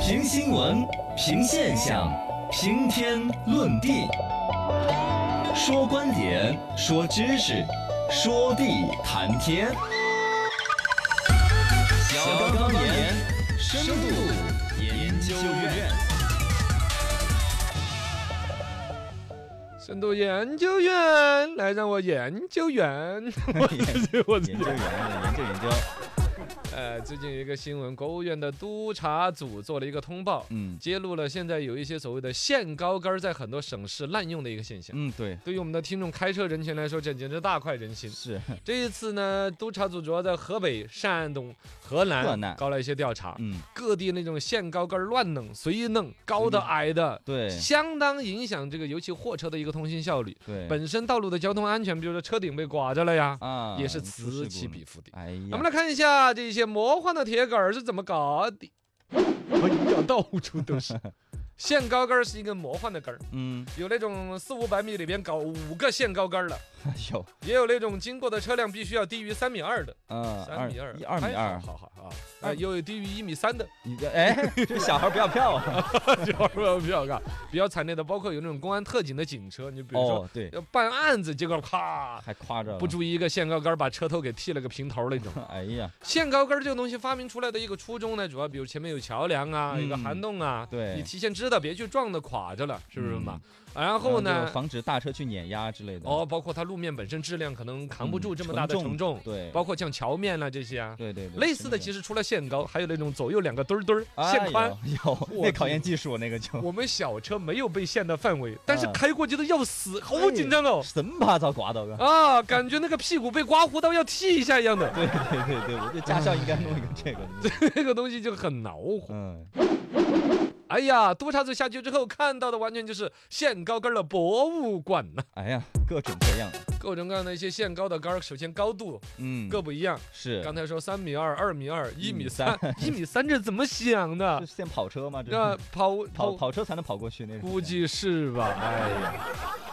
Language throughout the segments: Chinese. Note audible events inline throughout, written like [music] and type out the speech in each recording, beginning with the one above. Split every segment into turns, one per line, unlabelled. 评新闻，评现象，评天论地，说观点，说知识，说地谈天。小刚言，深度研究院。
深度研究员，来让我研究员，
[laughs]
我自己我自己
研究。员，研究研究，
[laughs] 呃，最近有一个新闻，国务院的督察组做了一个通报，
嗯
揭露了现在有一些所谓的限高杆儿在很多省市滥用的一个现象。
嗯，对，
对于我们的听众开车人群来说，这简直大快人心。
是，
这一次呢，督察组主要在河北、山东、河
河
南
南
搞了一些调查，
嗯，
各地那种限高杆儿乱弄、随意弄，高的、
随便
矮的，
嗯对
相当影响这个尤其货车的一个通行效率。
对，
本身道路的交通安全，比如说车顶被刮着了呀，
啊
也是
出事
此
故
起
了
彼伏的。
哎
我
呀
们，来看一下这些魔幻的铁杆儿是怎么搞的。哎呀，到处都
[laughs]
是。限高杆儿是一根魔幻的杆儿，
嗯，
有那种四五百米里边搞五个限高杆儿的，
哎呦，
也有那种经过的车辆必须要低于三米二的，
嗯，
三米二，
一二米
哎
二，
好好好啊，啊，又有低于一米三的， [laughs]
你这哎，这小孩不要票啊！
这玩意儿比较尬，比较惨烈的，包括有那种公安特警的警车，你比如说
哦，对，
要办案子，结果咔
还夸着了
不，注意一个限高杆儿把车头给剃了个平头儿那种。
[laughs] 哎呀，
限高杆儿这个东西发明出来的一个初衷呢，主要比如前面有桥梁啊，
嗯
有个涵洞啊，
对嗯
你提前知道，别去撞的垮着了，是不是嘛？ [laughs] 然后
然
呢
就，防止大车去碾压之类的。
哦，包括它路面本身质量可能扛不住这么大
嗯
的承
承
重，
对，
包括像桥面啦、这些啊，
对对对，
类似的其
实
实除了限高，还有那种左右两个墩儿墩儿限宽。
哎有
我
那考验技术那个就
我们小车没有被限的范围，但是
啊
开过去的要死，好紧张哦！
神巴糟刮到个。
啊，感觉那个屁股被刮胡刀要剃一下一样的，
[laughs]
[laughs]
对对对对，我觉得驾校应该弄一个这个。
这个东西就很恼火。
嗯，
哎呀，督察组下去之后看到的完全就是限高杆儿的博物馆 [laughs] 呐、
哎呀，各种各样。
各种各样的一些限高的杆儿，首先高度
嗯，
各不一样。
是
刚才说三米二、二米二、一米
米
三
三、
[laughs] 一米三，这怎么想的 [laughs]
是？限跑车吗？这
那
是
跑
[laughs] 跑
跑，
跑车才能跑过去那种。
估计是吧？ [laughs] 哎呀，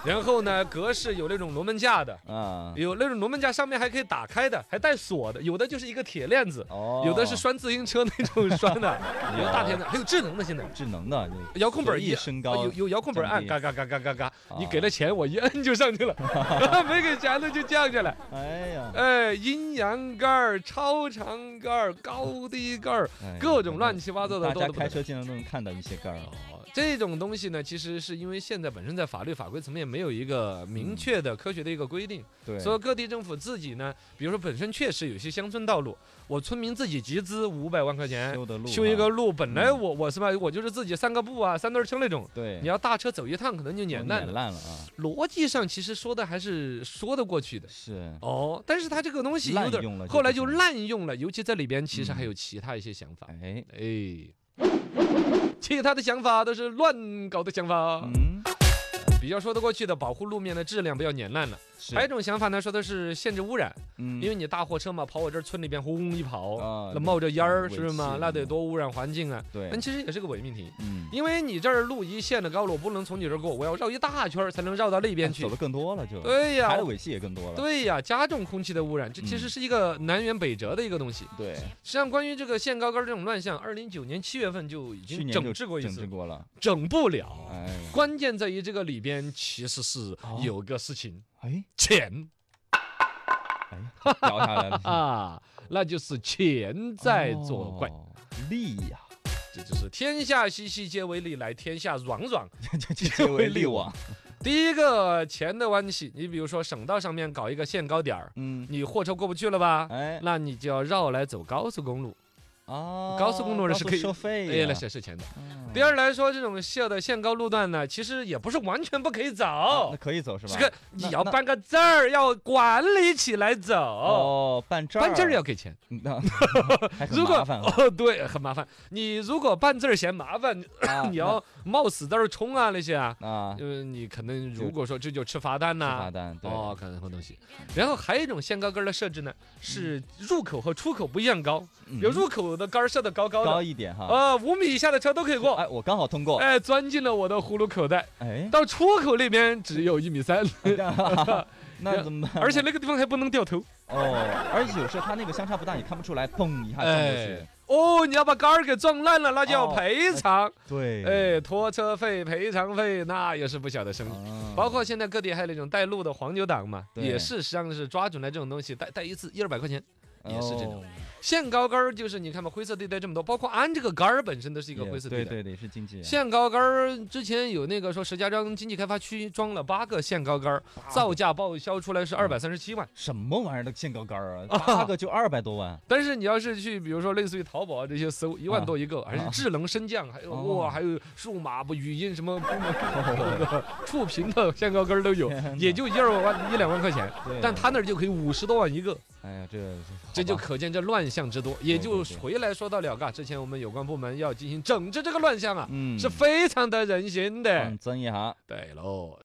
然后呢，格式有那种龙门架的，
啊，
有那种龙门架上面还可以打开的，还带锁的，有的就是一个铁链子，
哦，
有的是拴自行车那种拴 [laughs] 的，有大铁
有
链，还有智能的现在。
智能的，
遥控本儿
随意
一
升
啊
高
有有遥控本儿按，
降
嘎嘎嘎嘎嘎嘎，你
啊
给了钱我一摁就上去了， [laughs] 没给钱的就降下来。
哎呀，
哎，阴阳杆儿、超长杆儿、高低杆儿，
哎呀
各种乱七八糟的
大
都
家
都不得
开
了
车经常都能看到一些杆儿啊。
这种东西呢，其实是因为现在本身在法律法规层面没有一个明确的科学的一个规定，
嗯对，
所以各地政府自己呢，比如说本身确实有些乡村道路，我村民自己集资五百万块钱
修的路啊
修一
哈
个
嗯
路，本来我我是吧，我就是自己散个步啊，三轮车那种，
对，
你要大车走一趟可能就
碾
碾烂
烂
了。
烂了啊，
逻辑上其实说的还是说得过去的。
是
哦，但是他这个东西有
滥
点
用了
儿，
就
后来
不
就
行
滥用了，尤其在里边其实还
嗯
有其他一些想法，
哎，
哎，其他的想法都是乱搞的想法，
嗯，
比较说得过去的，保护路面的质量不要碾烂了。
是
还有一种想法呢，说的是限制污染，
嗯，
因为你大货车嘛，跑我这儿村里边轰一跑
啊，
那冒着烟儿
那
是
尾
吗？
气
那得多污染环境啊！
对
但，其实也是个伪命题。
嗯，
因为你这儿路一线的高了，我不能从你这儿过，我要绕一大圈儿才能绕到那边去
[laughs] 哎走。的更多了就，
对啊呀
排，的尾气也更多了，
对呀，加重空气的污染，这其实
嗯
是一个南辕北辙的一个东西。
对，
实际上，关于这个限高杆儿这种乱象，二零一九年七月份就已
去
经
年
整
就
治过一
整
次
治，过了，
整不了。
哎
[laughs]
呀，
关键在于这个里边其实是
哦
有个事情，
哎
钱
哎，掉下来
[laughs]
了，
啊，那就是钱在作怪。
哦，力呀， [laughs]
这就是天下熙熙皆为利来，天下攘攘。
这
[laughs]
这这皆为利网，
第一个钱的关系，你比如说省道上面搞一个限高点儿， [laughs]
嗯，
你货车过不去了吧？
哎
那你就要绕来走高速公路，
啊，
高速公路呢是可以
收费
哎，
呀，
那是是钱的。
嗯
第二来说，这种设的限高路段呢，其实也不是完全不可以
啊那
走，
可以走是吧？
这哦个
那
你要
那
办个证儿，要管理起来走。
哦，办证儿，
办证儿要给钱， [laughs]
那 [laughs] 还很
如果
麻烦啊
哦对，很麻烦。你如果办证儿嫌麻烦，
啊
[laughs] 你要冒死在这儿冲啊那些啊，
那啊，
呃，你可能
就
如果说这就吃罚单
吃
呐
罚、单，对，
哦，可能很多东西。然后还有一种限高杆儿的设置呢，是入口和出口不一样高，比
嗯
如入口的杆儿设的高高
高
的，
一点哈，
呃，五米以下的车都可以过，
啊哎，我刚好通过，
哎，钻进了我的葫芦口袋。
哎，
到出口那边只有一米
[laughs]
三，
那怎么办？
[laughs] 而且那个地方还不能掉头。哎
哦，而且有时候它那个相差不大，你看不出来，嘣一下撞过去。
哦，你要把杆儿给撞烂了，那就要
哦
赔偿。
对，
哎，拖车费、赔偿费，那也是不小的生意。
啊，
包括现在各地还有那种带路的黄牛党嘛，
对
也是实际上是抓准了这种东西，带带一次一二百块钱。也是这种
哦，
限高杆儿就是你看嘛，灰色地带这么多，包括安这个杆儿本身都是一个
也
灰色地带。
对对对，是经济啊，
限高杆儿之前有那个说石家庄经济开发区装了八个限高杆儿，造价报销出来是二百三十七万。
什么玩意儿的限高杆
[laughs]
儿啊？八个就二百多万，
但是你要是去，比如说类似于淘宝啊这些搜，一万
啊
多一个，还是智能升降，还有
哦
哇，还有数码不语音什么触屏的限高杆儿都有
天哪，
也就一二万一两万块钱，
对
但他那儿就可以五十多万一个，
哎呀，这
这就
好吧
可见这乱象之多。也就
对对
回来说到了，嘎，之前我们有关部门要进行整治这个乱象啊，
嗯
是非常的人心的。
放尊一下。
对喽。